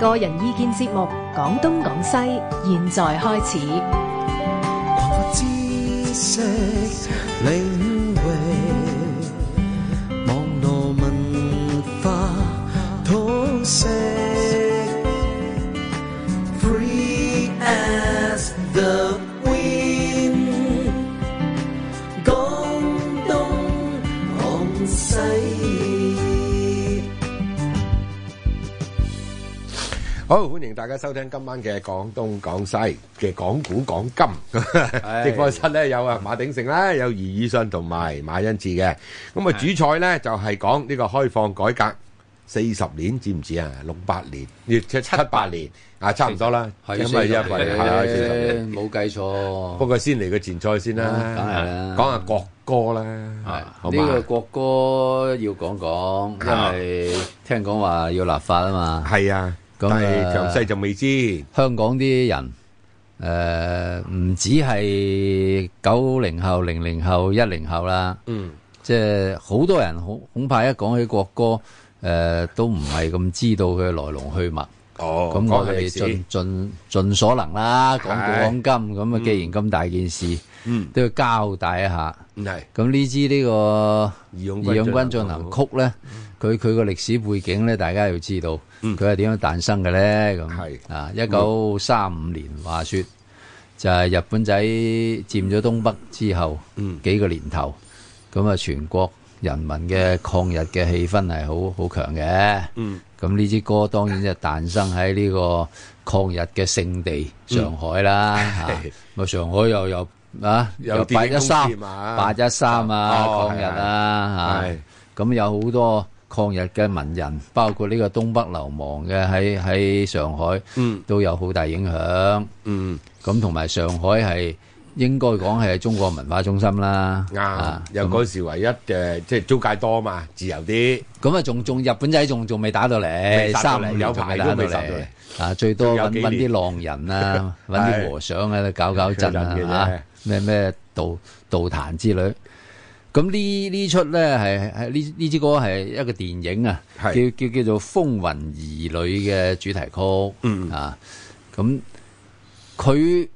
個人意見節目《講東講西》，現在開始。擴闊知識領域，網絡文化通識，Free as the wind，講東講西。好，歡迎大家收聽今晚嘅廣東廣西嘅講古講金。 直播室咧有啊馬鼎盛啦，有余以信同埋馬恩志嘅。咁啊主菜咧就係講呢個開放改革四十年，知唔知啊？六八年，亦即七八年啊，差唔多啦。係咁啊， 40因為係四十年。冇計錯不。過先嚟個前菜先啦，梗係啦講下國歌啦，好嘛？啊呢個國歌要講講，因為聽講話要立法啊嘛。係啊，咁但係啊詳細就未知。香港啲人誒唔、止係九零後、零零後、一零後啦，嗯，即係好多人恐恐怕一講起國歌誒、都唔係咁知道佢來龍去脈。哦，咁講我下哋歷史盡盡盡所能啦，講古講今咁嗯啊，既然咁大件事，都要交代一下。唔係咁呢支呢個義勇軍義勇軍進進行行曲咧，佢佢個歷史背景咧，大家要知道，嗯佢係點樣誕生嘅咧？係咁啊，一九三五年話說就係日本仔佔咗東北之後嗯幾個年頭，咁啊全國人民嘅抗日嘅氣氛係好好強嘅。嗯咁呢支歌當然就誕生喺呢個抗日嘅聖地嗯上海 啦，嚇咪上海又有啊有有八電影一公司三嘛八一三啊哦抗日係啊係嚇，咁有好多抗日嘅文人，包括呢個東北流亡嘅喺喺上海嗯都有好大影響。嗯咁同埋上海係應該講係中國文化中心啦，啱啊，又嗰時唯一嘅即係租界多嘛，自由啲。咁啊，仲仲日本仔仲仲未打到未嚟，殺到三嚟五有年仲排未都打到未殺到嚟嚟。啊，最多仲有揾幾揾年啲浪人 啊，揾係啲和尚喺度搞搞震搞搞震嘅啫啊，嚇咩咩道道壇之類。咁呢呢出咧係係呢呢支歌係一個電影啊，叫係叫叫做《風雲兒女》嘅主題曲。嗯啊，咁佢